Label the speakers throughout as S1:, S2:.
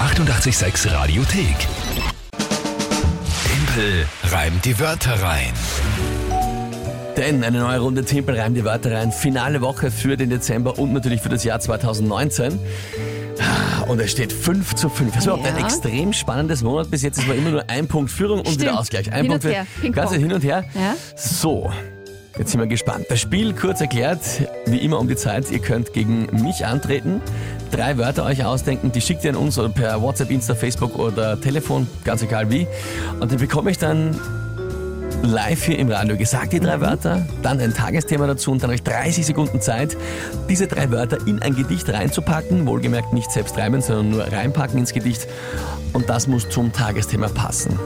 S1: 886 Radiothek. Tempel reimt die Wörter rein.
S2: Denn eine neue Runde Tempel reimt die Wörter rein. Finale Woche für den Dezember und natürlich für das Jahr 2019. Und es steht 5 zu 5. Das war überhaupt
S3: Ja.
S2: ein extrem spannendes Monat. Bis jetzt Es war immer nur ein Punkt Führung und wieder
S3: Stimmt.
S2: Ausgleich. Ein
S3: Hin
S2: Punkt
S3: und her. Ping-pong.
S2: Ganze hin und her.
S3: Ja.
S2: So. Jetzt sind wir gespannt. Das Spiel kurz erklärt, wie immer um die Zeit. Ihr könnt gegen mich antreten, drei Wörter euch ausdenken, die schickt ihr an uns oder per WhatsApp, Insta, Facebook oder Telefon, ganz egal wie. Und die bekomme ich dann live hier im Radio gesagt, die
S3: Mhm.
S2: drei Wörter, dann ein Tagesthema dazu und dann euch 30 Sekunden Zeit, diese drei Wörter in ein Gedicht reinzupacken, wohlgemerkt nicht selbst reimen, sondern nur reinpacken ins Gedicht und das muss zum Tagesthema passen.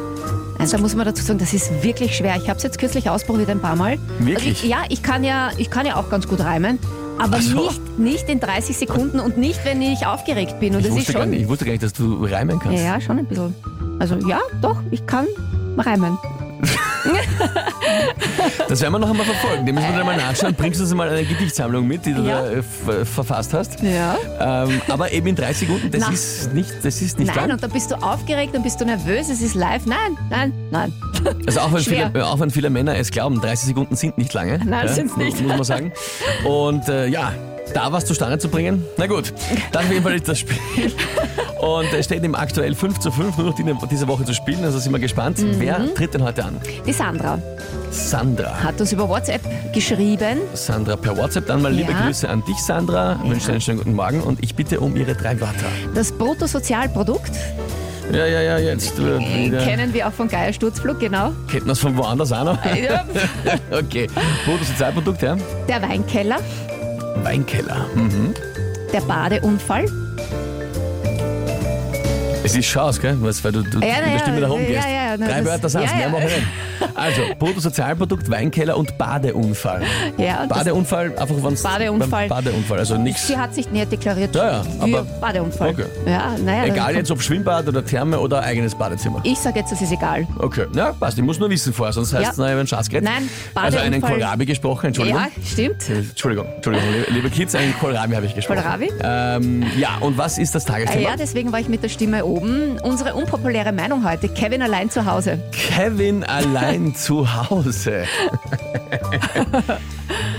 S3: Also da muss man dazu sagen, das ist wirklich schwer. Ich habe es jetzt kürzlich ausprobiert ein paar Mal.
S2: Wirklich?
S3: Also ich, ja, ich kann ja, ich kann ja auch ganz gut reimen, aber
S2: Ach so.
S3: nicht, nicht in 30 Sekunden und nicht, wenn ich aufgeregt bin. Und
S2: Ich
S3: das ist
S2: wusste, gar
S3: schon.
S2: nicht, ich wusste gar nicht, dass du reimen
S3: Ja,
S2: kannst.
S3: ja, schon ein bisschen. Also ja, doch, ich kann reimen.
S2: Das werden wir noch einmal verfolgen. Dem müssen wir dann mal nachschauen. Bringst du uns mal eine Gedichtsammlung mit, die du
S3: Ja.
S2: da äh, ver- verfasst hast?
S3: Ja.
S2: Ähm, aber eben in 30 Sekunden, das
S3: Na.
S2: ist nicht, das ist nicht
S3: nein,
S2: lang.
S3: und dann bist du aufgeregt und bist du nervös, es ist live. Nein, nein, nein.
S2: Also auch wenn,
S3: Schwer.
S2: viele, äh, auch wenn viele Männer es glauben, 30 Sekunden sind nicht lange.
S3: Nein,
S2: ja,
S3: sind's
S2: mu-
S3: nicht.
S2: Muss man sagen. Und äh, ja, da was zustande zu bringen, na gut, dann auf jeden Fall ist das Spiel. Und es steht im aktuell 5 zu 5 nur noch die- ne, diese Woche zu spielen, also sind wir gespannt.
S3: Mhm.
S2: Wer tritt denn heute an?
S3: Die Sandra
S2: Sandra.
S3: hat uns über WhatsApp geschrieben.
S2: Sandra per WhatsApp dann mal liebe
S3: Ja.
S2: Grüße an dich, Sandra. Wünsche dir einen schönen guten Morgen und ich bitte um ihre drei Wörter.
S3: Das Bruttosozialprodukt
S2: Ja, ja, ja, jetzt wird wieder.
S3: kennen wir auch von Geier Sturzflug, genau.
S2: Kennt man es von woanders auch noch?
S3: Ja.
S2: Okay. Bruttosozialprodukt, ja?
S3: Der Weinkeller,
S2: Weinkeller. Mhm.
S3: der Badeunfall.
S2: Es ist Chance, gell? Was, weil du, du
S3: Ja, na
S2: mit der
S3: ja,
S2: Stimme da
S3: ja,
S2: oben gehst.
S3: ja, ja, na,
S2: Drei
S3: das-
S2: Wörter sind
S3: ja,
S2: mehr
S3: ja.
S2: machen wir nicht. Also, Bruttosozialprodukt, Weinkeller und Badeunfall.
S3: Ja, und das-
S2: Badeunfall, einfach wenn's, beim
S3: Badeunfall.
S2: Badeunfall, also nichts.
S3: Sie hat sich näher deklariert.
S2: Ja, ja,
S3: für
S2: aber-
S3: Badeunfall.
S2: Okay.
S3: Ja, naja. dann-
S2: Egal jetzt ob Schwimmbad oder Therme oder eigenes Badezimmer.
S3: Ich sage jetzt, das ist egal.
S2: Okay, na passt, ich muss nur wissen vorher, sonst heißt es,
S3: Ja.
S2: naja, wenn Schatz gerät.
S3: Nein,
S2: Also einen
S3: Badeunfall.
S2: Kohlrabi gesprochen, Entschuldigung. Äh,
S3: Ja, stimmt.
S2: Entschuldigung, Entschuldigung, liebe, liebe Kids, einen Kohlrabi habe ich gesprochen.
S3: Kohlrabi?
S2: Ähm, ja, und was ist das
S3: Ah,
S2: Tagesthema?
S3: ja, deswegen war ich mit der Stimme oben. Unsere unpopuläre Meinung heute, Kevin allein zu Hause.
S2: Kevin allein zu Hause.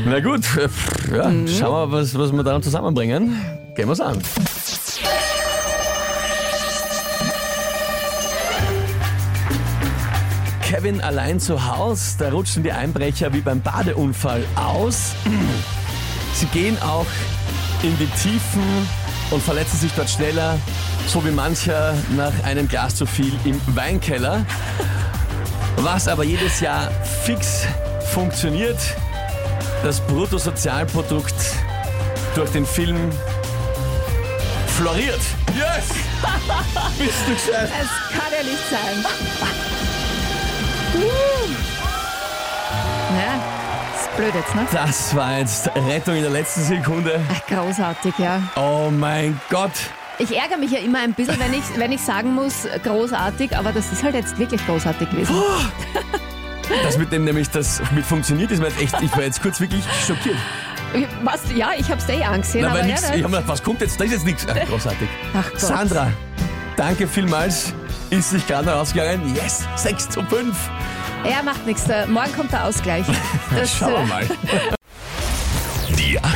S2: Na gut, äh, pff, ja, schauen wir, was, was wir dann zusammenbringen. Gehen wir's an. Kevin allein zu Hause, da rutschen die Einbrecher wie beim Badeunfall aus. Sie gehen auch in die Tiefen und verletzen sich dort schneller, so wie mancher nach einem Glas zu viel im Weinkeller. Was aber jedes Jahr fix funktioniert, das Bruttosozialprodukt durch den Film floriert. Yes! Bist du gescheit?
S3: Es kann ja nicht sein. ja, ist blöd jetzt, ne?
S2: Das war jetzt Rettung in der letzten Sekunde.
S3: Ach, großartig, ja.
S2: Oh mein Gott.
S3: Ich ärgere mich ja immer ein bisschen, wenn ich, wenn ich sagen muss, großartig, aber das ist halt jetzt wirklich großartig gewesen.
S2: Oh. Das mit dem nämlich, das mit funktioniert, ist mir jetzt echt, ich war jetzt kurz wirklich schockiert.
S3: Was? Ja, ich hab's dir eh angesehen,
S2: Nein,
S3: aber
S2: weil
S3: ja,
S2: nix, ich
S3: das-
S2: habe mir gedacht, was kommt jetzt? Da ist jetzt nichts. Ach, großartig.
S3: Ach Gott.
S2: Sandra, danke vielmals. Ist sich gerade noch ausgegangen. Yes, 6 zu 5.
S3: ja, macht nichts. äh, Morgen kommt der Ausgleich. Das,
S2: Schauen wir
S3: äh,
S2: mal.
S1: Die